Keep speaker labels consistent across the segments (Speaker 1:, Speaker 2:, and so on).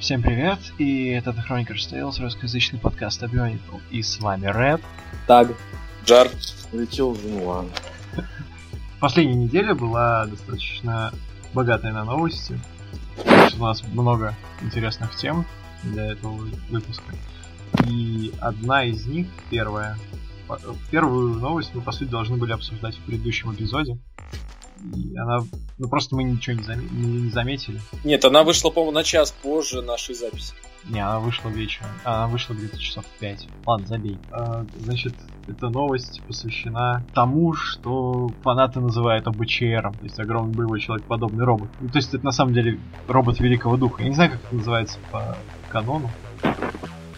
Speaker 1: Всем привет, и это The Chronicles Tales, русскоязычный подкаст о Bionicle. И с вами Рэд.
Speaker 2: Так,
Speaker 3: Джар.
Speaker 2: улетел в Винлан.
Speaker 1: Последняя неделя была достаточно богатая на новости. потому что У нас много интересных тем для этого вы- выпуска. И одна из них, первая, по- первую новость мы, по сути, должны были обсуждать в предыдущем эпизоде. И она... Ну, просто мы ничего не, заме- не заметили.
Speaker 3: Нет, она вышла, по-моему, на час позже нашей записи.
Speaker 1: Не, она вышла вечером. Она вышла где-то часов в 5. Ладно, забей. А, значит, эта новость посвящена тому, что фанаты называют ОБЧРом. То есть огромный боевой человек подобный робот. Ну, то есть это на самом деле робот великого духа. Я не знаю, как это называется по канону.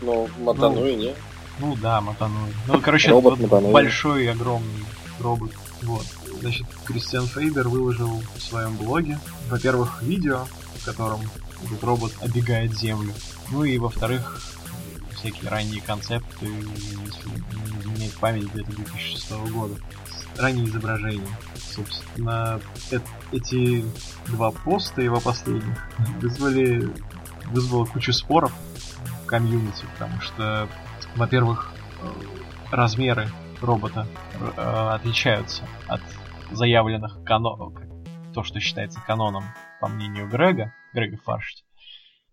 Speaker 3: Ну, Матану
Speaker 1: Ну,
Speaker 3: и не.
Speaker 1: Ну да, Матаной. Ну, короче,
Speaker 2: Робот
Speaker 1: это вот
Speaker 2: Матаной.
Speaker 1: большой и огромный робот. Вот. Значит, Кристиан Фейдер выложил в своем блоге, во-первых, видео, в котором этот робот обегает землю. Ну и, во-вторых, всякие ранние концепты, если не изменяет память, где-то 2006 года. С- Ранние изображения. Собственно, э- эти два поста, его последних, вызвали вызвало кучу споров в комьюнити, потому что, во-первых, э, размеры робота э, отличаются от заявленных канонов, то, что считается каноном, по мнению Грега, Грега Фаршти.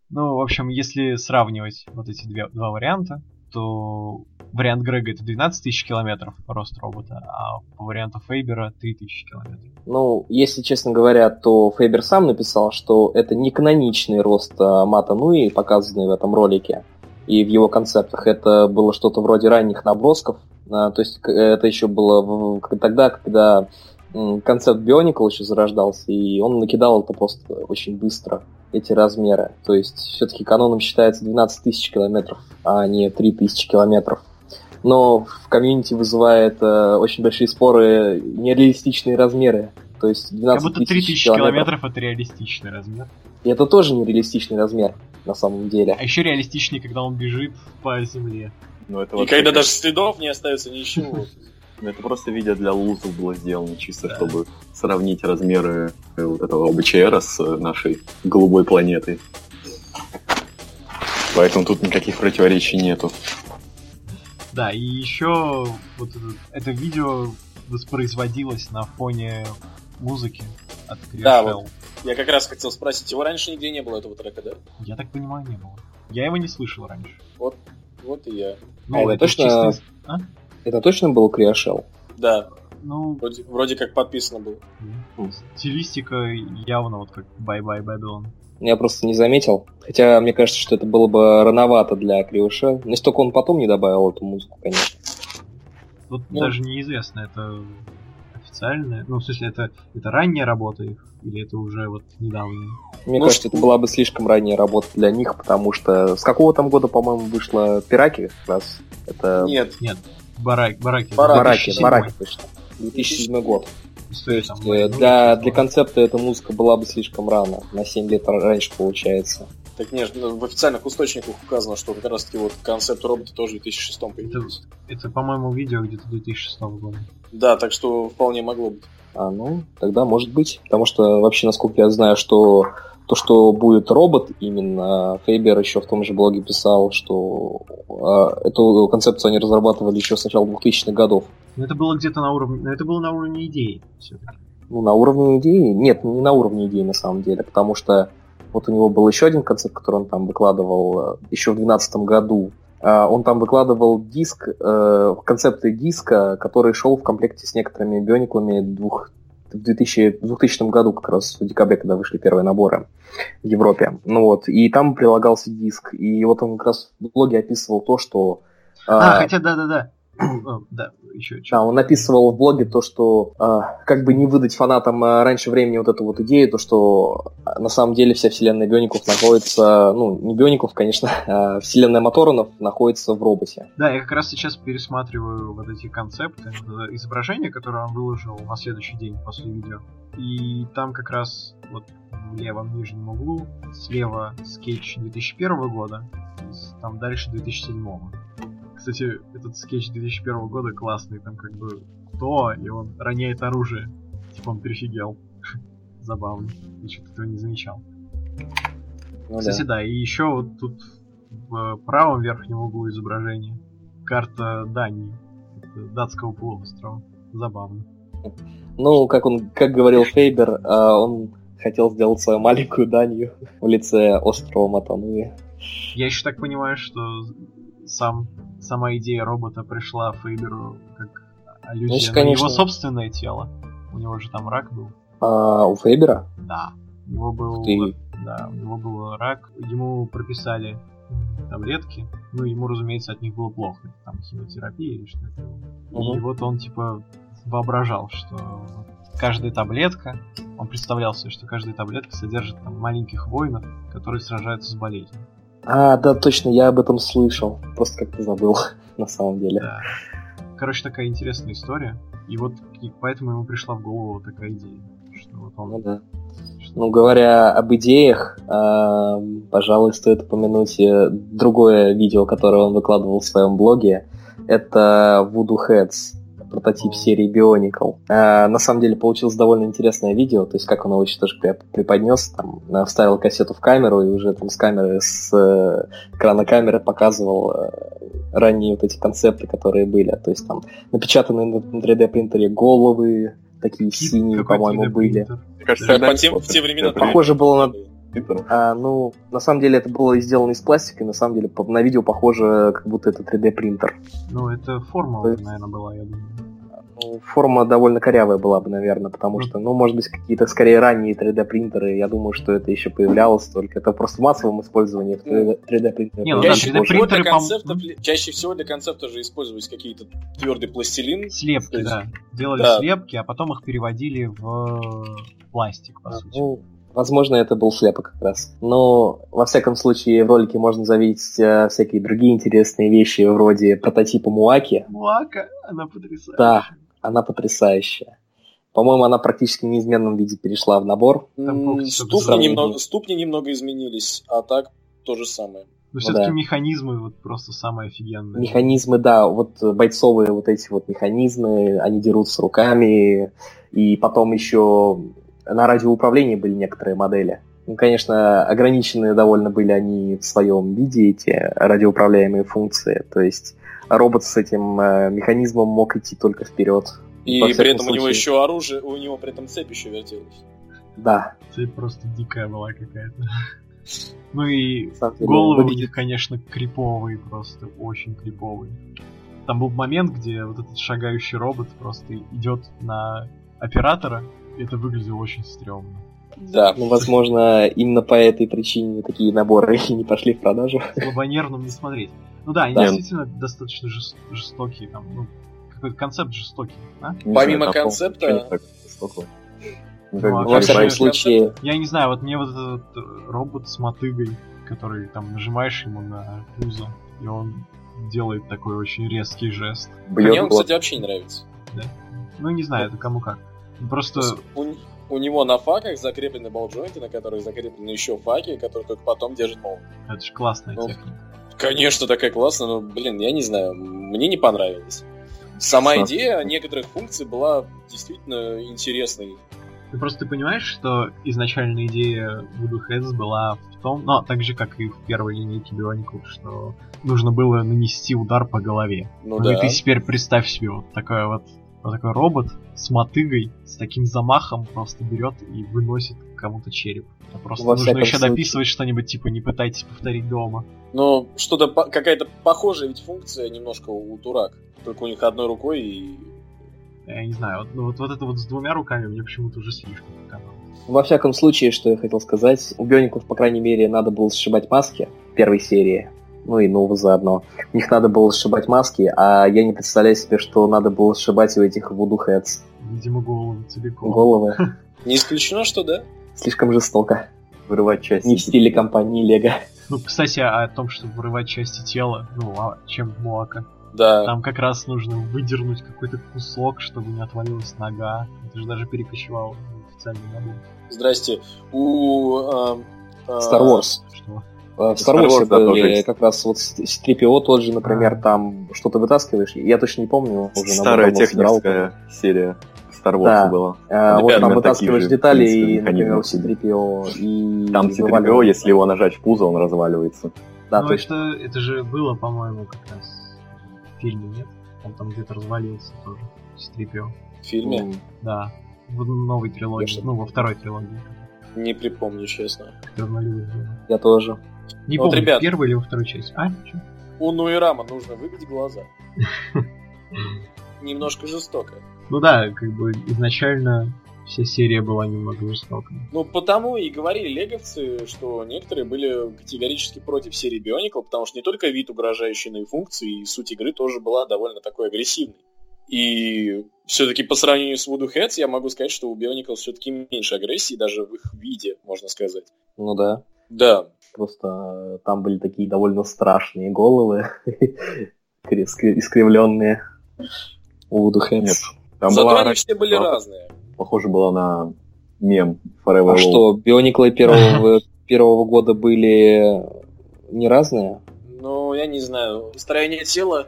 Speaker 1: Ну, в общем, если сравнивать вот эти две- два варианта, то вариант Грега это 12 тысяч километров рост робота, а по варианту Фейбера 3000 километров.
Speaker 2: Ну, если честно говоря, то Фейбер сам написал, что это не каноничный рост а, Мата Нуи, показанный в этом ролике и в его концептах. Это было что-то вроде ранних набросков. А, То есть к- это еще было в- к- тогда, когда м, концепт Бионикл еще зарождался, и он накидал это просто очень быстро, эти размеры. То есть все-таки каноном считается 12 тысяч километров, а не 3 тысячи километров. Но в комьюнити вызывает э, очень большие споры нереалистичные размеры. То есть 12
Speaker 1: Как будто 3000 километров это реалистичный размер.
Speaker 2: И это тоже нереалистичный размер, на самом деле.
Speaker 1: А еще реалистичнее, когда он бежит по земле.
Speaker 4: Ну, это
Speaker 3: И
Speaker 4: вообще-
Speaker 3: когда даже следов не остается ничего.
Speaker 4: ну, это просто видео для лузов было сделано, чисто чтобы сравнить размеры э, вот этого ОБЧРа с э, нашей голубой планетой. Поэтому тут никаких противоречий нету.
Speaker 1: Да, и еще вот это, это видео воспроизводилось на фоне музыки от
Speaker 3: Да,
Speaker 1: Clear
Speaker 3: вот. Я как раз хотел спросить, его раньше нигде не было этого трека, да?
Speaker 1: Shell. Я так понимаю, не было. Я его не слышал раньше.
Speaker 3: Вот и я.
Speaker 1: Ну,
Speaker 2: А это
Speaker 1: это
Speaker 2: точно-
Speaker 1: чисто... из-
Speaker 2: Это точно был Криошел?
Speaker 3: Да,
Speaker 1: Ну,
Speaker 3: вроде, вроде как подписано было.
Speaker 2: Ну,
Speaker 1: стилистика явно вот как Bye-Bye Babylon.
Speaker 2: Я просто не заметил. Хотя мне кажется, что это было бы рановато для Криошел. Но если только он потом не добавил эту музыку, конечно.
Speaker 1: Тут
Speaker 2: Ну.
Speaker 1: даже неизвестно, это официальная... Ну, в смысле, это, это ранняя работа их? Или это уже вот недавняя?
Speaker 2: Мне
Speaker 3: Ну,
Speaker 2: кажется,
Speaker 3: что-
Speaker 2: это была бы слишком ранняя работа для них, потому что с какого там года, по-моему, вышла Пираки как раз? Это
Speaker 3: Нет,
Speaker 1: Барак, бараки.
Speaker 3: Бараки,
Speaker 2: Бараки,
Speaker 1: 2007.
Speaker 2: Бараки точно. 2007 год.
Speaker 1: История там ну,
Speaker 2: Э,
Speaker 1: войны,
Speaker 2: Для,
Speaker 1: чего-то.
Speaker 2: для концепта эта музыка была бы слишком рано. На 7 лет ра- раньше получается.
Speaker 3: так нет, ну, в официальных источниках указано, что как раз таки вот концепт робота тоже в 2006 появился.
Speaker 1: Это, по-моему, видео где-то 2006 года.
Speaker 3: Да, так что вполне могло быть.
Speaker 2: А, ну, тогда может быть. Потому что вообще, насколько я знаю, что то, что будет робот, именно Фейбер еще в том же блоге писал, что э, эту концепцию они разрабатывали еще с начала 2000-х годов.
Speaker 1: Но это было где-то на уровне... Но это было на уровне идеи. всё-таки.
Speaker 2: Ну, на уровне идеи? Нет, не на уровне идеи на самом деле, потому что вот у него был еще один концепт, который он там выкладывал э, еще в 2012 году. А, Он там выкладывал диск, э, концепты диска, который шел в комплекте с некоторыми биониклами двух, в 2000, в 2000 году, как раз в декабре, когда вышли первые наборы в Европе. Ну вот, и там прилагался диск, и вот он как раз в блоге описывал то, что...
Speaker 1: А,
Speaker 2: э,
Speaker 1: хотя, да-да-да. О, Да, еще
Speaker 2: да, он написывал в блоге то, что э, как бы не выдать фанатам э, раньше времени вот эту вот идею, то, что э, на самом деле вся вселенная Биоников находится, ну, не Биоников, конечно, э, вселенная Моторонов находится в роботе.
Speaker 1: Да, я как раз сейчас пересматриваю вот эти концепты, вот это изображение, которое он выложил на следующий день после видео. И там как раз вот в левом нижнем углу, слева скетч 2001 года, с- там дальше 2007. Кстати, этот скетч 2001 года классный, там как бы то, и он роняет оружие. Типа он прифигел. Забавно. Я что-то этого не замечал.
Speaker 3: Ну
Speaker 1: Кстати, да. и еще вот тут в э, правом верхнем углу изображения карта Дании, датского полуострова. Забавно.
Speaker 2: Ну, как он, как говорил Фейбер, а, он хотел сделать свою маленькую Данию в лице острова Матануи.
Speaker 1: Я еще так понимаю, что сам, сама идея робота пришла Фейберу как аллюзия
Speaker 2: Значит,
Speaker 1: на
Speaker 2: конечно.
Speaker 1: его собственное тело. У него же там рак был.
Speaker 2: А у Фейбера?
Speaker 1: Да. У него был,
Speaker 2: Ты...
Speaker 1: да, у него был рак. Ему прописали таблетки. Ну, ему, разумеется, от них было плохо. Там химиотерапия или что-то. И
Speaker 2: Мгм.
Speaker 1: вот он, типа, воображал, что каждая таблетка, он представлял себе, что каждая таблетка содержит там маленьких воинов, которые сражаются с болезнью.
Speaker 2: А, да, точно, я об этом слышал. Просто как-то забыл, на самом деле.
Speaker 1: Да. Короче, такая интересная история. И вот и поэтому ему пришла в голову такая идея, что вот
Speaker 2: Ну
Speaker 1: он...
Speaker 2: да.
Speaker 1: что-
Speaker 2: Ну, говоря об идеях, а, пожалуй, стоит упомянуть э, другое видео, которое он выкладывал в своем блоге. Это Voodoo Heads, прототип серии Bionicle. А, на самом деле получилось довольно интересное видео, то есть как он его еще тоже при- преподнес, там, э, вставил кассету в камеру и уже там с камеры, с э, экрана камеры показывал э, ранние вот эти концепты, которые были. То есть там напечатанные на 3D принтере головы, такие
Speaker 1: Кит
Speaker 2: синие,
Speaker 1: какой-то
Speaker 2: по-моему, были.
Speaker 1: видопринтер.
Speaker 4: Мне кажется,
Speaker 1: Да,
Speaker 4: я
Speaker 3: По
Speaker 4: дальше
Speaker 3: тем, в
Speaker 4: смотрю,
Speaker 3: те времена...
Speaker 4: я
Speaker 3: там-
Speaker 2: Похоже было на...
Speaker 4: Питера.
Speaker 2: а, ну, на самом деле это было сделано из пластика, и на самом деле по- на видео похоже, как будто это 3D-принтер.
Speaker 1: Ну, это форма,
Speaker 2: То есть-
Speaker 1: наверное, была, я думаю.
Speaker 2: Ну, форма довольно корявая была бы, наверное, потому что, ну, может быть, какие-то скорее ранние 3D-принтеры, я думаю, что это еще появлялось, только это просто в массовом использовании в 3D-принтере.
Speaker 1: Не, ну да,
Speaker 3: Чаще,
Speaker 1: принтеры, 3D-принтер.
Speaker 3: всего для
Speaker 1: пом-
Speaker 3: концепта, бли- чаще всего для концепта же использовались какие-то твердый пластилин.
Speaker 1: Слепки,
Speaker 3: То есть-
Speaker 1: да. Делали
Speaker 3: Да.
Speaker 1: слепки, а потом их переводили в пластик, по сути.
Speaker 2: Ну, возможно, это был слепок как раз. Но, во всяком случае, в ролике можно завидеть э, всякие другие интересные вещи, вроде прототипа Муаки,
Speaker 1: Муака, она потрясающая.
Speaker 2: Да, она потрясающая. По-моему, она практически в неизменном виде перешла в набор.
Speaker 1: Там когти, чтобы
Speaker 3: М, Ступни
Speaker 2: сравнить.
Speaker 3: немного, ступни немного изменились, а так то же самое.
Speaker 1: Но все-таки
Speaker 2: да.
Speaker 1: механизмы вот просто самые офигенные.
Speaker 2: Механизмы, да, вот э, бойцовые вот эти вот механизмы, они дерутся руками, и потом еще на радиоуправлении были некоторые модели. Ну, конечно, ограниченные довольно были они в своем виде, эти радиоуправляемые функции. То есть робот с этим э, механизмом мог идти только вперед.
Speaker 3: И
Speaker 2: Во
Speaker 3: при
Speaker 2: Ну, всяком
Speaker 3: этом у него
Speaker 2: случае.
Speaker 3: еще оружие, у него при этом цепь еще вертелась.
Speaker 2: Да.
Speaker 1: Цель просто дикая была какая-то. Ну и
Speaker 2: на самом деле,
Speaker 1: Головы у
Speaker 2: выглядит-
Speaker 1: них, конечно, криповые просто, очень криповые. Там был момент, где вот этот шагающий робот просто идет на оператора, и это выглядело очень стрёмно.
Speaker 3: Да.
Speaker 2: Ну, возможно, именно по этой причине такие наборы и не пошли в продажу.
Speaker 1: Слабонервным не смотреть. Ну да, они
Speaker 2: Да.
Speaker 1: действительно достаточно жес- жестокие, там, ну, какой-то концепт жестокий, а?
Speaker 4: Не
Speaker 3: Помимо
Speaker 4: знаю, там,
Speaker 3: концепта-
Speaker 4: ничего не так жестокого. Ну, как
Speaker 1: Ну,
Speaker 4: бы,
Speaker 1: а
Speaker 2: Во
Speaker 1: как
Speaker 2: всяком
Speaker 1: же-
Speaker 2: случае,
Speaker 1: Я не знаю, вот мне вот этот э, робот с мотыгой, который там нажимаешь ему на пузо, и он делает такой очень резкий жест.
Speaker 4: бьет
Speaker 3: Мне он,
Speaker 4: глаз.
Speaker 3: кстати, вообще не нравится.
Speaker 1: Ну, не знаю, это кому как. Ну, Просто...
Speaker 3: У, у него на факах закреплены балджойнты, на которых закреплены еще факи, которые только потом держит молот.
Speaker 1: Это же классная
Speaker 3: Ну,
Speaker 1: техника.
Speaker 3: Конечно, такая классная, но, блин, я не знаю, мне не понравилось. Сама
Speaker 4: Ха.
Speaker 3: идея некоторых функций была действительно интересной.
Speaker 1: Ну просто ты понимаешь, что изначальная идея Voodoo Heads была в том, ну, а так же, как и в первой линейке Биоников, что нужно было нанести удар по голове.
Speaker 3: Ну
Speaker 1: Ну,
Speaker 3: да.
Speaker 1: и ты теперь представь себе вот такой вот, вот такой робот с мотыгой, с таким замахом просто берет и выносит кому-то череп. Это просто
Speaker 2: Во
Speaker 1: нужно
Speaker 2: всяком
Speaker 1: еще
Speaker 2: случае.
Speaker 1: дописывать что-нибудь, типа, не пытайтесь повторить дома.
Speaker 3: Но что-то по- какая-то похожая ведь функция немножко у дурак. Только у них одной рукой и.
Speaker 1: Я не знаю, вот, ну, вот, вот это вот с двумя руками мне почему-то уже слишком показалось.
Speaker 2: во всяком случае, что я хотел сказать, у Биоников, по крайней мере, надо было сшибать маски первой серии, ну и нового заодно. У них надо было сшибать маски, а я не представляю себе, что надо было сшибать у этих Voodoo Heads
Speaker 1: Видимо, голову целиком.
Speaker 2: головы.
Speaker 3: Не исключено, что да?
Speaker 2: Слишком жестоко.
Speaker 4: Вырывать часть.
Speaker 2: Не в стиле компании Лего.
Speaker 1: Ну, кстати, о том, что вырывать части тела, ну, а чем в Муака?
Speaker 3: Да.
Speaker 2: А.
Speaker 1: Там как раз нужно выдернуть какой-то кусок, чтобы не отвалилась нога. Это же даже перекочевал в официальный набор.
Speaker 3: Здрасте. У. эм, э,
Speaker 2: Star Wars.
Speaker 1: Что?
Speaker 2: Э, В
Speaker 4: Star
Speaker 2: Star
Speaker 4: Wars,
Speaker 2: Wars
Speaker 4: да, тоже
Speaker 2: были
Speaker 4: есть.
Speaker 2: как раз вот с с 3PO тот же, например,
Speaker 1: А.
Speaker 2: там что-то вытаскиваешь. Я точно не помню. уже набор
Speaker 4: Старая
Speaker 2: давно собирал.
Speaker 4: техническая серия. Star Wars
Speaker 2: Да.
Speaker 4: было.
Speaker 2: Э, вот там
Speaker 4: примерно
Speaker 2: вытаскиваешь
Speaker 4: такие же
Speaker 2: детали
Speaker 4: принципы,
Speaker 2: и, например,
Speaker 4: механизмы.
Speaker 2: C3PO. И
Speaker 4: Там
Speaker 2: вываливаешь.
Speaker 4: c если его нажать в пузо, он разваливается.
Speaker 2: Да,
Speaker 1: ну
Speaker 2: то есть,
Speaker 1: это, это же было, по-моему, как раз в фильме, нет? Он там где-то развалился тоже. Стрипио.
Speaker 3: В фильме?
Speaker 2: м,
Speaker 1: Да. В новой трилогии.
Speaker 3: Конечно.
Speaker 1: Ну, во второй трилогии.
Speaker 3: Не припомню, честно.
Speaker 1: Чернолюбие было.
Speaker 2: я тоже.
Speaker 1: Не
Speaker 3: Вот,
Speaker 1: помню,
Speaker 3: ребят.
Speaker 1: в первой или во второй части. А, чё?
Speaker 3: У Нуирама нужно выбить глаза. Немножко жестоко.
Speaker 1: Ну да, как бы изначально вся серия была немного жестокой.
Speaker 3: Ну, потому и говорили леговцы, что некоторые были категорически против серии Бионикл, потому что не только вид, угрожающий на их функции, и суть игры тоже была довольно такой агрессивной. И все-таки по сравнению с Voodoo Heads я могу сказать, что у Бионикл все-таки меньше агрессии, даже в их виде, можно сказать.
Speaker 2: Ну да.
Speaker 3: Да,
Speaker 2: Просто э, там были такие довольно страшные головы, искривленные. У Вуду Хэнс.
Speaker 4: Нет. Там
Speaker 3: зато
Speaker 4: была,
Speaker 3: они все были
Speaker 4: была-
Speaker 3: разные.
Speaker 4: похоже, была на мем Forever
Speaker 2: А
Speaker 4: Alone.
Speaker 2: что, биониклы первого, первого года были не разные?
Speaker 3: Но я не знаю, строение тела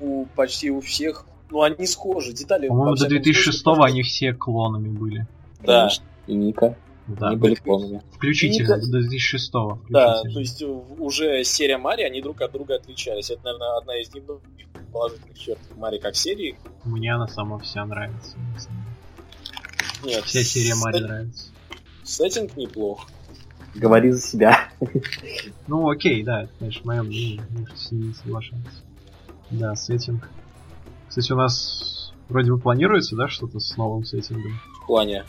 Speaker 3: у почти у всех, ну они схожи, детали...
Speaker 1: По-моему,
Speaker 3: во
Speaker 1: до
Speaker 3: всяком
Speaker 1: 2006
Speaker 3: случае,
Speaker 1: они все клонами были.
Speaker 3: Да,
Speaker 2: Конечно. И Ника.
Speaker 1: Да.
Speaker 2: Они были клонами.
Speaker 1: Включите,
Speaker 3: Ника-
Speaker 1: до 2006 включите.
Speaker 3: Да, то есть э, уже серия Мари, они друг от друга отличались. Это, наверное, одна из немногих положительных черт Мари как серии.
Speaker 1: Мне она сама вся нравится. на самом деле.
Speaker 3: Нет,
Speaker 1: Вся серия Мари
Speaker 3: сет-
Speaker 1: нравится.
Speaker 3: Сеттинг неплох.
Speaker 2: Говори за себя.
Speaker 1: Ну окей, да, это, конечно, мое мнение, можете с ним не соглашаться. Да, сеттинг. Кстати, у нас вроде бы планируется, да, что-то с новым сеттингом?
Speaker 3: В плане.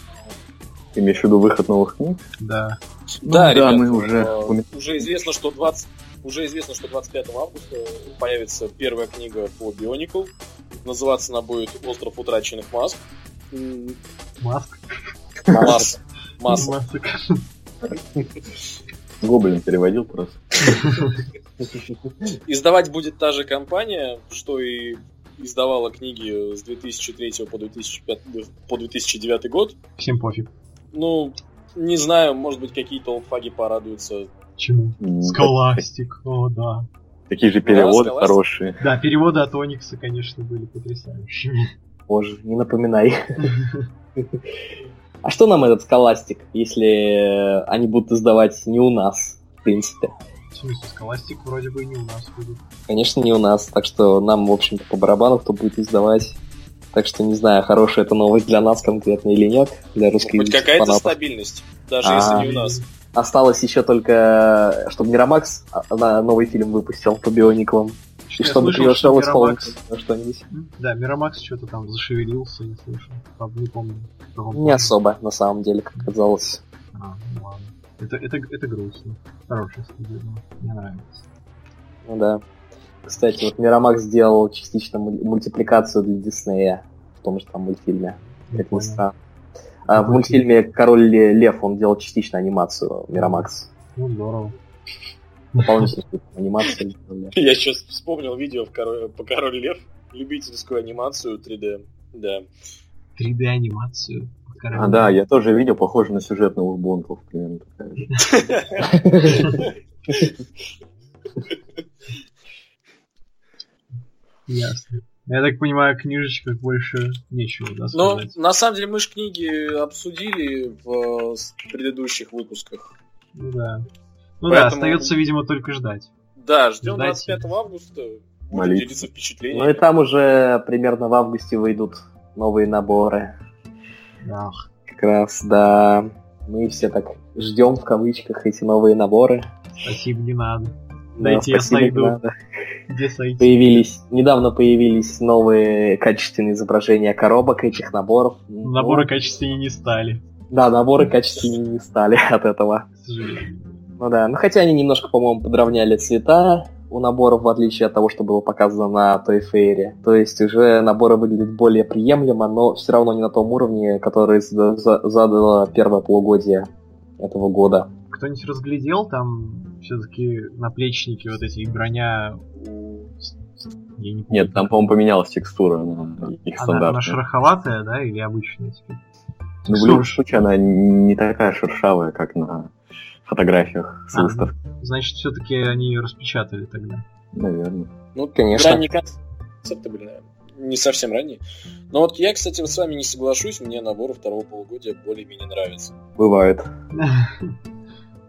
Speaker 4: Ты имеешь в виду выход новых книг?
Speaker 1: Да.
Speaker 4: Ну да, мы уже
Speaker 3: э,
Speaker 4: упомя-
Speaker 3: уже известно, что 20 уже известно, что 25 августа появится первая книга по Бионикл. Называться она будет «Остров утраченных маск». М,
Speaker 1: Маск.
Speaker 3: Маск. Маск.
Speaker 1: Маск.
Speaker 4: Гоблин переводил просто.
Speaker 3: Издавать будет та же компания, что и издавала книги с 2003 по 2005 по 2009 год.
Speaker 1: Всем пофиг.
Speaker 3: Ну, не знаю, может быть, какие-то олдфаги порадуются.
Speaker 1: Чему?
Speaker 4: М,
Speaker 1: Скаластик, о, да.
Speaker 4: так- Такие же переводы
Speaker 3: Скаластик.
Speaker 4: хорошие.
Speaker 1: Да, переводы от Оникса, конечно, были потрясающими.
Speaker 2: Боже, не напоминай. А что нам этот скаластик, если э, они будут издавать не у нас, в принципе?
Speaker 1: В смысле, Скаластик вроде бы не у нас будет.
Speaker 2: Конечно, не у нас, так что нам, в общем-то, по барабану, кто будет издавать. Так что не знаю, хорошая это новость для нас конкретно или нет, для русских
Speaker 3: Хоть какая-то
Speaker 2: фанатов.
Speaker 3: стабильность, даже
Speaker 2: А.
Speaker 3: если не у нас.
Speaker 2: Осталось еще только, чтобы Мирамакс а, на новый фильм выпустил по Биониклам. И
Speaker 1: Я
Speaker 2: чтобы
Speaker 1: слышал, что
Speaker 2: Кривошел
Speaker 1: Мирамакс...
Speaker 2: исполнил э, что-нибудь.
Speaker 1: М, Да, Мирамакс что-то там зашевелился, я слышал. Правда, не помню. в каком
Speaker 2: Не
Speaker 1: плане.
Speaker 2: особо, на самом деле, как казалось.
Speaker 1: А, ну ладно. Это, это, это грустно. Хорошая студия, но мне нравится.
Speaker 2: Ну да. Кстати, вот Мирамакс сделал частично муль- мультипликацию для Диснея в том же там мультфильме.
Speaker 1: Не
Speaker 2: Это не
Speaker 1: понял.
Speaker 2: странно. А в
Speaker 1: Какой
Speaker 2: мультфильме «Король Ле- Лев» он делал частично анимацию Мирамакс.
Speaker 1: Ну, здорово.
Speaker 2: Дополнительную какую-то анимацию. сделали.
Speaker 3: Я сейчас вспомнил видео в Коро- по Король Лев, любительскую анимацию 3D. Да.
Speaker 1: 3D-анимацию.
Speaker 4: А, да, я тоже видел, похоже на сюжет новых бонков примерно такая же.
Speaker 1: Ясно. Я так понимаю, о книжечках больше нечего, да,
Speaker 3: Но
Speaker 1: сказать?
Speaker 3: на самом деле мы же книги обсудили в э, с- предыдущих выпусках.
Speaker 1: Ну да. Ну да,
Speaker 3: Поэтому-
Speaker 1: остается, видимо, только ждать.
Speaker 3: Да, ждем
Speaker 1: Ждать.
Speaker 3: 25 августа. Будем
Speaker 4: Молитесь.
Speaker 3: делиться
Speaker 2: Ну и
Speaker 3: впечатлениями.
Speaker 2: там уже примерно в августе выйдут новые наборы.
Speaker 1: Ах.
Speaker 2: Как раз, да. Мы все так ждем в кавычках эти новые наборы.
Speaker 1: Спасибо, не надо.
Speaker 2: Да,
Speaker 1: Дайте я
Speaker 2: спасибо, не
Speaker 1: найду.
Speaker 2: надо.
Speaker 1: Где сойти?
Speaker 2: Появились, недавно появились новые качественные изображения коробок этих наборов.
Speaker 1: Наборы
Speaker 2: Ну,
Speaker 1: качественнее не стали,
Speaker 2: Да, наборы качественнее не стали от этого.
Speaker 1: к сожалению.
Speaker 2: Ну да, ну хотя они немножко, по-моему, подровняли цвета у наборов, в отличие от того, что было показано на той фейре. То есть уже наборы выглядят более приемлемо, но все равно не на том уровне, который зада- за- задало первое полугодие этого года.
Speaker 1: Кто-нибудь разглядел, там все-таки наплечники вот эти и броня у... Я не помню.
Speaker 4: Нет, там, по-моему, поменялась текстура на их
Speaker 1: Она, она
Speaker 4: стандартную.
Speaker 1: шероховатая, да, или обычная теперь?
Speaker 4: Ну, в любом случае, она не такая шершавая, как на фотографиях с
Speaker 1: А,
Speaker 4: выставки,
Speaker 1: Значит, все-таки они ее распечатали тогда.
Speaker 4: наверное.
Speaker 2: Ну, конечно.
Speaker 3: Ранние концепты были, наверное. не совсем ранние. Но вот я, кстати, вот с вами не соглашусь, мне набор второго полугодия более-менее нравится.
Speaker 4: Бывает.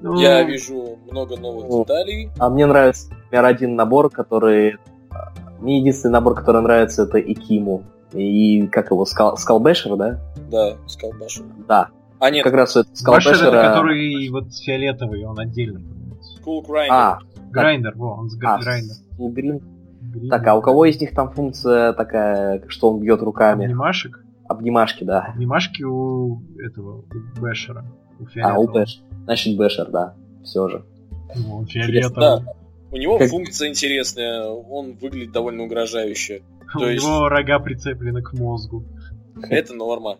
Speaker 1: Ну,
Speaker 3: Я вижу много новых
Speaker 2: Ну.
Speaker 3: деталей.
Speaker 2: А мне нравится, например, один набор, который... а, Мне единственный набор, который нравится, это Икиму. И как его, Скал... Скалбэшер, да?
Speaker 3: Да, Скалбашу.
Speaker 2: Да.
Speaker 3: А нет,
Speaker 2: Как раз это
Speaker 1: Башер это
Speaker 2: Скалбэшера...
Speaker 1: который вот фиолетовый, он отдельно. называется.
Speaker 3: Cool Grinder.
Speaker 2: А,
Speaker 1: Грайндер, во, он с
Speaker 2: а,
Speaker 1: г- грайндер.
Speaker 2: Soul Green. Так, а у кого из них там функция такая, что он бьет руками?
Speaker 1: Обнимашек?
Speaker 2: Обнимашки, да.
Speaker 1: Обнимашки у этого, у Бэшера. У
Speaker 2: А, у
Speaker 1: фиолетового.
Speaker 2: Бэш. Значит, Бэшер, да. Все же.
Speaker 1: Ну, он
Speaker 3: Интересно,
Speaker 1: фиолетовый.
Speaker 3: да. У него
Speaker 2: Как-
Speaker 3: функция интересная, он выглядит довольно угрожающе.
Speaker 1: У
Speaker 3: То есть-
Speaker 1: него рога прицеплены к мозгу.
Speaker 2: Хм.
Speaker 3: Это норма.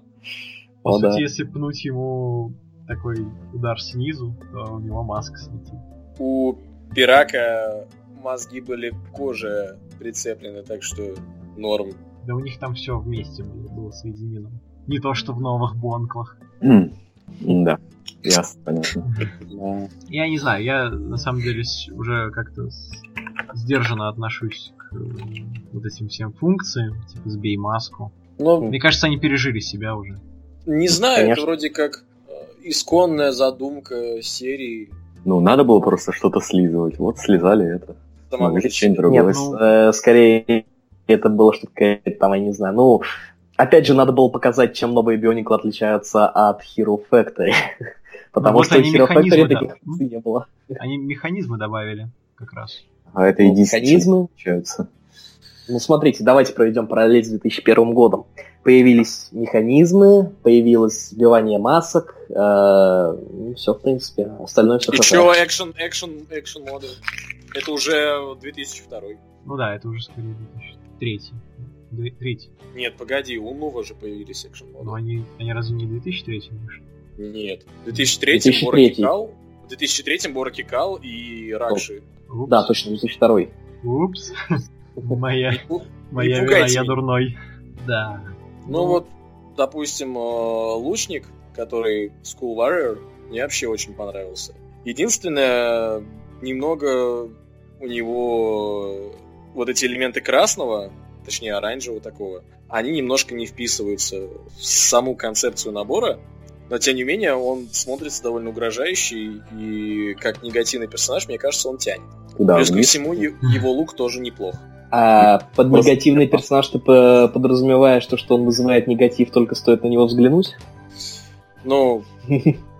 Speaker 1: По
Speaker 2: О,
Speaker 1: сути,
Speaker 2: да.
Speaker 1: если пнуть ему такой удар снизу, то у него маска слетит.
Speaker 3: У Пирака мозги были к коже прицеплены, так что норм.
Speaker 1: Да у них там все вместе было, было соединено. Не то, что в новых бонклах.
Speaker 4: Да. Ясно, понятно.
Speaker 2: Да.
Speaker 1: Я не знаю, я на самом деле с- уже как-то с- сдержанно отношусь к э, вот этим всем функциям, типа сбей маску.
Speaker 3: Но
Speaker 1: Мне кажется, они пережили себя уже.
Speaker 3: не знаю, это
Speaker 2: Конечно.
Speaker 3: вроде как э, исконная задумка серии.
Speaker 4: Ну, надо было просто что-то слизывать. Вот слезали это.
Speaker 3: самого
Speaker 4: Могли что-нибудь
Speaker 3: лечения.
Speaker 4: другое.
Speaker 2: Нет,
Speaker 1: Ну.
Speaker 2: э, скорее это было что-то там, я не знаю, ну... Опять же, надо было показать, чем новые Бионикл отличаются от Hero Factory. Потому
Speaker 1: вот
Speaker 2: что в
Speaker 1: Ну, они
Speaker 2: Hero
Speaker 1: механизмы,
Speaker 2: Factory
Speaker 1: да. Ну,
Speaker 2: таких функций не было.
Speaker 1: Они механизмы добавили как раз.
Speaker 4: А это
Speaker 2: Ну,
Speaker 4: единственное,
Speaker 2: механизмы.
Speaker 4: что отличается.
Speaker 2: Ну, смотрите, давайте проведем параллель с 2001 годом. Появились механизмы, появилось сбивание масок, э, ну, все, в принципе, остальное все
Speaker 3: Еще экшен, экшен, экшен моды. Это уже 2002.
Speaker 1: Ну да, это уже скорее 2003. Две- Третий.
Speaker 3: Нет, погоди, у Нува же появились экшен моды.
Speaker 1: Но они, они разве не в 2003 вышли?
Speaker 3: Нет. В 2003
Speaker 2: 2003.
Speaker 3: Боракикал. В 2003 Боракикал и Ракши.
Speaker 1: Упс.
Speaker 2: Да, точно, 2002.
Speaker 1: Упс. Моя,
Speaker 3: Ну,
Speaker 1: моя
Speaker 3: не
Speaker 1: вина,
Speaker 3: пугайте
Speaker 1: я
Speaker 3: меня.
Speaker 1: дурной. Да.
Speaker 3: Ну вот, допустим, э, Лучник, который School Warrior, мне вообще очень понравился. Единственное, немного у него э, вот эти элементы красного, точнее оранжевого такого, они немножко не вписываются в саму концепцию набора, но тем не менее он смотрится довольно угрожающий, и как негативный персонаж, мне кажется, он тянет.
Speaker 4: Куда
Speaker 3: Плюс ко
Speaker 4: вниз?
Speaker 3: всему, е- его лук тоже неплох.
Speaker 2: А под
Speaker 4: Просто-
Speaker 2: негативный персонаж ты по- подразумеваешь то, что он вызывает негатив, только стоит на него взглянуть?
Speaker 3: Но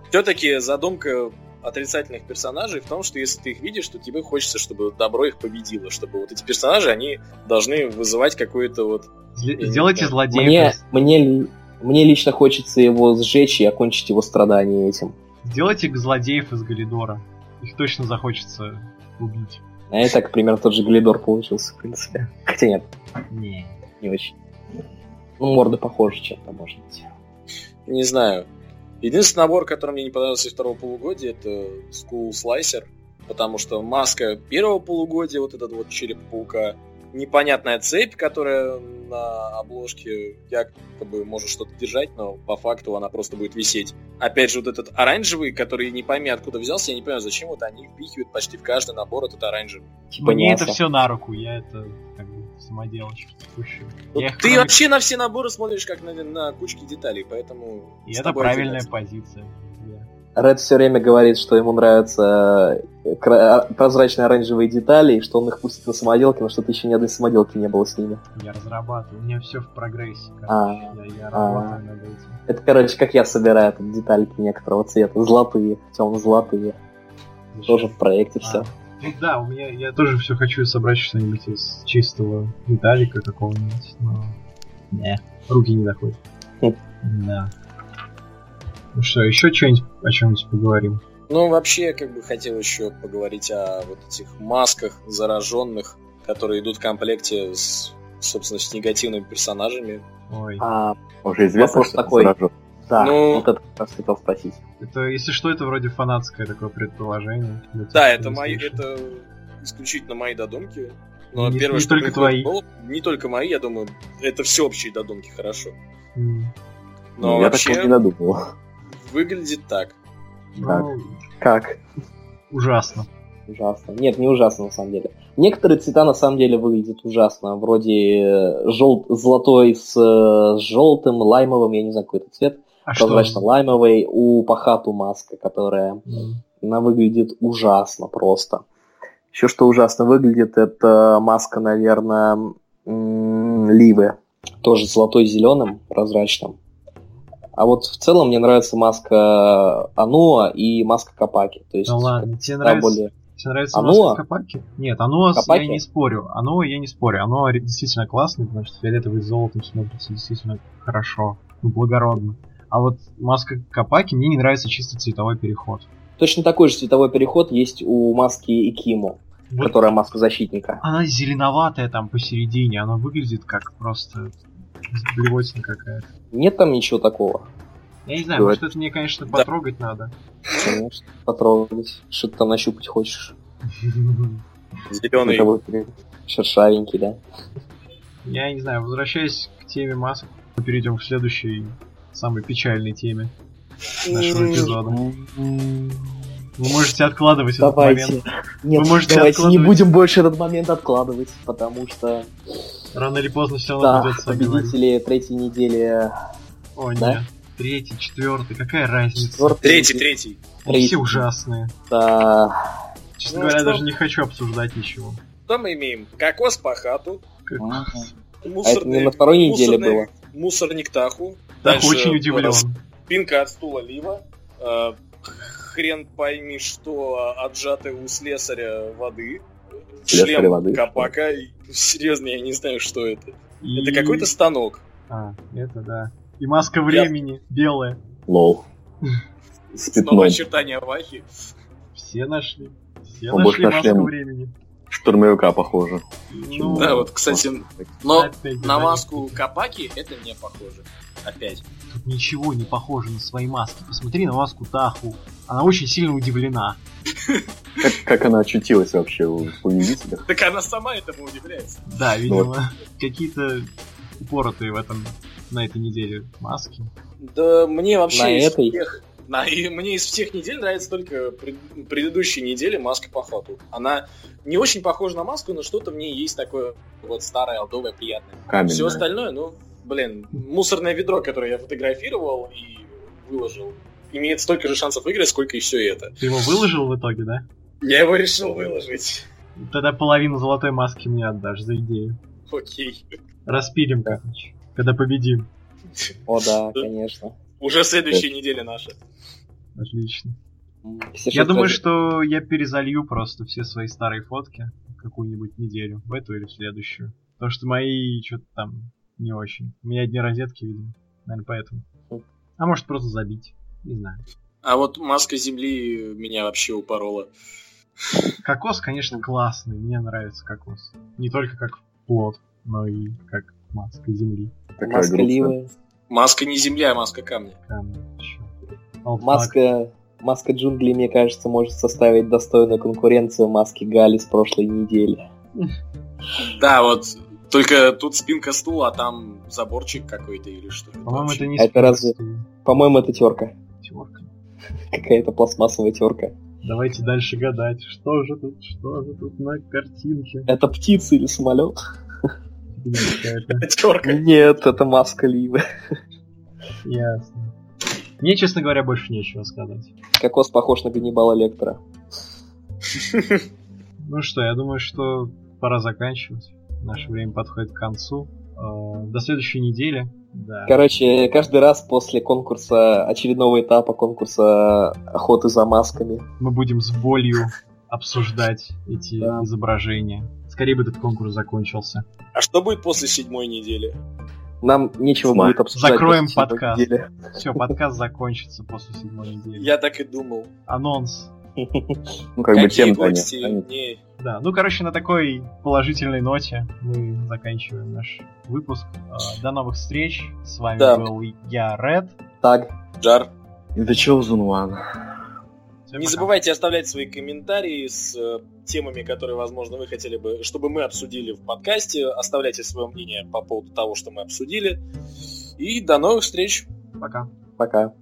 Speaker 3: Все-таки Ну, задумка отрицательных персонажей в том, что если ты их видишь, то тебе хочется, чтобы добро их победило, чтобы вот эти персонажи, они должны вызывать какое-то вот...
Speaker 1: Зле-
Speaker 3: не
Speaker 1: Сделайте
Speaker 3: знаю.
Speaker 1: злодея.
Speaker 2: Мне, мне, ли- мне лично хочется его сжечь и окончить его страдания этим.
Speaker 1: Сделайте злодеев из Галидора. Их точно захочется убить.
Speaker 2: А это, так примерно тот же Глидор получился, в принципе. Хотя нет,
Speaker 1: Не.
Speaker 2: не очень. Ну, морда похожа чем-то, может быть.
Speaker 3: Не знаю. Единственный набор, который мне не понравился из второго полугодия, это School Slicer, потому что маска первого полугодия, вот этот вот череп паука, непонятная цепь, которая на обложке якобы может что-то держать, но по факту она просто будет висеть. Опять же, вот этот оранжевый, который не пойми откуда взялся, я не понимаю, зачем вот они впихивают почти в каждый набор этот оранжевый.
Speaker 2: Типа
Speaker 1: Мне
Speaker 2: мясо.
Speaker 1: Ну, это все на руку, я это как бы самоделочки пущу.
Speaker 3: Вот
Speaker 1: Я их
Speaker 3: ты
Speaker 1: кроме-
Speaker 3: вообще на все наборы смотришь как на, на кучки деталей, поэтому...
Speaker 1: И
Speaker 3: с
Speaker 1: это
Speaker 3: тобой
Speaker 1: правильная
Speaker 3: один раз.
Speaker 1: позиция. Я-
Speaker 2: Ред все время говорит, что ему нравятся э, кра- прозрачные оранжевые детали, и что он их пустит на самоделки, но что-то еще ни одной самоделки не было с ними.
Speaker 1: Я разрабатываю, у меня все в прогрессе.
Speaker 2: А.
Speaker 1: короче. Я я работаю над этим.
Speaker 2: Это, короче, как я собираю тут детальки некоторого цвета. Золотые, темно-золотые. Тоже в проекте все.
Speaker 1: А, Ну да, у меня я тоже все хочу собрать что-нибудь из чистого металлика какого-нибудь, но. Не, руки не доходят.
Speaker 2: Хм.
Speaker 1: Да. Ну что, еще что-нибудь о чем-нибудь поговорим?
Speaker 3: Ну, вообще, я как бы хотел еще поговорить о вот этих масках зараженных, которые идут в комплекте с, собственно, с негативными персонажами.
Speaker 1: Ой.
Speaker 2: А,
Speaker 4: Уже известно,
Speaker 2: Вопрос
Speaker 4: что
Speaker 2: такой.
Speaker 4: заражен.
Speaker 2: да,
Speaker 3: Ну-
Speaker 2: вот это как раз хотел спросить.
Speaker 1: Это, если что, это вроде фанатское такое предположение. для тех,
Speaker 3: Да,
Speaker 1: кто
Speaker 3: это
Speaker 1: не
Speaker 3: мои,
Speaker 1: слышал.
Speaker 3: это исключительно мои додумки. Но
Speaker 1: Не-
Speaker 3: первое,
Speaker 1: не
Speaker 3: что
Speaker 1: только
Speaker 3: приходит
Speaker 1: твои.
Speaker 3: в голову- не только мои, я думаю, это всеобщие додумки, хорошо.
Speaker 1: М,
Speaker 3: Но
Speaker 4: Ну, я
Speaker 3: вообще
Speaker 4: такого не надумал.
Speaker 3: выглядит так.
Speaker 1: Ну,
Speaker 4: Так.
Speaker 2: Как?
Speaker 1: ужасно.
Speaker 2: Ужасно. Нет, не ужасно на самом деле. Некоторые цвета на самом деле выглядят ужасно, вроде жел... золотой с, э, с желтым, лаймовым, я не знаю, какой это цвет,
Speaker 1: А что?
Speaker 2: прозрачно-лаймовый, у Пахату маска, которая,
Speaker 1: М,
Speaker 2: она выглядит ужасно просто. Еще что ужасно выглядит, это маска, наверное, Ливы, тоже золотой зеленым, прозрачным. А вот в целом мне нравится маска Ануа и маска Капаки. То есть
Speaker 1: Да ну ладно, тебе
Speaker 2: та
Speaker 1: нравится,
Speaker 2: более-
Speaker 1: тебе нравится
Speaker 2: Аноа?
Speaker 1: маска Капаки? Нет, оно я
Speaker 2: Капаки?
Speaker 1: не спорю. Оно я не спорю. Оно действительно классное, потому что фиолетовый с золотом смотрится действительно хорошо, ну, благородно. А вот маска Капаки мне не нравится чисто цветовой переход.
Speaker 2: Точно такой же цветовой переход есть у маски Икиму,
Speaker 1: Вот
Speaker 2: которая маска защитника.
Speaker 1: Она зеленоватая там посередине, она выглядит как просто блевотина какая-то.
Speaker 2: Нет там ничего такого.
Speaker 1: Я не знаю,
Speaker 2: Да.
Speaker 1: может это мне, конечно, потрогать надо.
Speaker 2: Конечно, потрогать. Что ты там нащупать хочешь?
Speaker 3: Зеленый.
Speaker 2: Какой ты Шершавенький, да?
Speaker 1: Я не знаю, возвращаясь к теме масок, мы перейдем к следующей, самой печальной теме
Speaker 3: М-м-м.
Speaker 1: нашего эпизода. Вы можете откладывать этот
Speaker 2: Давайте.
Speaker 1: момент.
Speaker 2: Нет,
Speaker 1: Вы можете
Speaker 2: давайте не
Speaker 1: откладывать.
Speaker 2: будем больше этот момент откладывать, потому что
Speaker 1: Рано или поздно все равно
Speaker 2: да,
Speaker 1: придется говорить.
Speaker 2: победители третьей недели
Speaker 1: О,
Speaker 2: да?
Speaker 1: нет. Третий, четвертый, какая разница?
Speaker 2: четвертой
Speaker 3: Третий,
Speaker 2: недели-
Speaker 3: третий.
Speaker 1: Они все
Speaker 2: третьей.
Speaker 1: ужасные.
Speaker 2: Да,
Speaker 1: Честно
Speaker 3: Ну,
Speaker 1: говоря, я
Speaker 3: что?
Speaker 1: даже не хочу обсуждать ничего.
Speaker 3: Что мы имеем? Кокос по хату.
Speaker 1: Как-
Speaker 2: А это не
Speaker 3: Мусорный,
Speaker 2: на второй неделе
Speaker 3: мусорный-
Speaker 2: было.
Speaker 3: мусорник Таху.
Speaker 1: Так
Speaker 3: Дальше
Speaker 1: очень
Speaker 3: была
Speaker 1: удивлен.
Speaker 3: Спинка от стула Лива. э, Хрен пойми, что отжатая у слесаря воды.
Speaker 4: Слесаря
Speaker 3: Шлем
Speaker 4: воды?
Speaker 3: Капака. И, ну, Серьезно, я не знаю, что это.
Speaker 1: И-
Speaker 3: Это какой-то станок.
Speaker 1: А, это да. И маска времени, белая.
Speaker 4: Лол. С
Speaker 3: Снова
Speaker 4: пятном.
Speaker 3: очертания Вахи.
Speaker 1: Все нашли. Все
Speaker 4: Он больше
Speaker 1: нашли
Speaker 4: на
Speaker 1: маску
Speaker 4: шлем.
Speaker 1: времени.
Speaker 4: Штурмовика похоже.
Speaker 1: Ну,
Speaker 3: Да, вот, кстати, но
Speaker 1: опять же,
Speaker 3: на
Speaker 1: да,
Speaker 3: маску Капаки это не похоже. Опять.
Speaker 1: Тут ничего не похоже на свои маски. Посмотри на маску Таху. Она очень сильно удивлена.
Speaker 4: Как, как она очутилась вообще у победителях?
Speaker 3: Так она сама этому удивляется.
Speaker 1: Да, видимо, какие-то упоротые в этом на этой неделе маски.
Speaker 3: Да мне вообще
Speaker 2: На
Speaker 3: из
Speaker 2: этой?
Speaker 3: всех- на- и мне из всех недель нравится только пред- предыдущей недели маска по хату. Она не очень похожа на маску, но что-то в ней есть такое вот старое, алдовое, приятное. Все
Speaker 4: Каменная.
Speaker 3: остальное, ну, блин, мусорное ведро, которое я фотографировал и выложил, имеет столько же шансов выиграть, сколько и все это.
Speaker 1: Ты его выложил в итоге, да?
Speaker 3: Я его решил выложить.
Speaker 1: Тогда половину золотой маски мне отдашь за идею.
Speaker 3: Окей.
Speaker 1: Распилим как-нибудь, когда победим.
Speaker 2: О, да, конечно.
Speaker 3: Уже следующая неделя наша.
Speaker 1: Отлично.
Speaker 2: М,
Speaker 1: Я
Speaker 2: Ксюша,
Speaker 1: думаю,
Speaker 2: скажи.
Speaker 1: что я перезалью просто все свои старые фотки в какую-нибудь неделю, в эту или в следующую. Потому что мои что-то там не очень. У меня одни розетки, видимо. Наверное, поэтому. А может просто забить. Не знаю.
Speaker 3: А вот маска земли меня вообще упорола.
Speaker 1: Кокос, конечно, классный. Мне нравится кокос. Не только как плод, но и как маска земли.
Speaker 4: Такая
Speaker 2: маска
Speaker 4: грустная.
Speaker 2: Ливы,
Speaker 3: Маска не земля, а маска камня.
Speaker 1: Камни, чё. Алфак.
Speaker 2: маска... Маска джунглей, мне кажется, может составить достойную конкуренцию маски Гали с прошлой недели.
Speaker 3: Да, вот только тут спинка стула, а там заборчик какой-то или что. это
Speaker 1: По-моему,
Speaker 3: вообще?
Speaker 1: это не
Speaker 2: А это
Speaker 1: спинка
Speaker 2: разве-
Speaker 1: стула.
Speaker 2: По-моему, это терка.
Speaker 1: Тёрка.
Speaker 2: Какая-то пластмассовая терка.
Speaker 1: Давайте дальше гадать. Что же тут, что же тут на картинке?
Speaker 2: Это птица или самолет?
Speaker 1: Блин, какая-то.
Speaker 3: Пятёрка.
Speaker 2: Нет, это маска Ливы.
Speaker 1: Ясно. Мне, честно говоря, больше нечего сказать.
Speaker 2: Кокос похож на Ганнибала Лектора.
Speaker 1: Ну что, я думаю, что пора заканчивать. Наше время подходит к концу. Э, До следующей недели. Да.
Speaker 2: Короче, каждый раз после конкурса, очередного этапа конкурса охоты за масками.
Speaker 1: Мы будем с болью обсуждать эти
Speaker 2: Да.
Speaker 1: изображения. Скорее бы этот конкурс закончился.
Speaker 3: А что будет после седьмой недели?
Speaker 2: Нам нечего
Speaker 4: Смарт.
Speaker 2: будет обсуждать.
Speaker 1: Закроем
Speaker 2: после этой
Speaker 1: подкаст.
Speaker 2: недели.
Speaker 1: Все, подкаст закончится после седьмой недели.
Speaker 3: Я так и думал.
Speaker 1: Анонс.
Speaker 4: Ну, как бы
Speaker 3: Какие
Speaker 4: тем-то они
Speaker 3: гости?
Speaker 4: останется.
Speaker 3: Не,
Speaker 1: Да, ну, короче, на такой положительной ноте мы заканчиваем наш выпуск. Э, До новых встреч. С вами
Speaker 2: Да.
Speaker 1: был я, Ред.
Speaker 2: Так,
Speaker 3: Жар.
Speaker 4: The Chosen One.
Speaker 1: Всем
Speaker 3: Не
Speaker 1: пока.
Speaker 3: забывайте оставлять свои комментарии с э, темами, которые, возможно, вы хотели бы, чтобы мы обсудили в подкасте. Оставляйте свое мнение по поводу того, что мы обсудили. И до новых встреч.
Speaker 1: Пока.
Speaker 2: пока.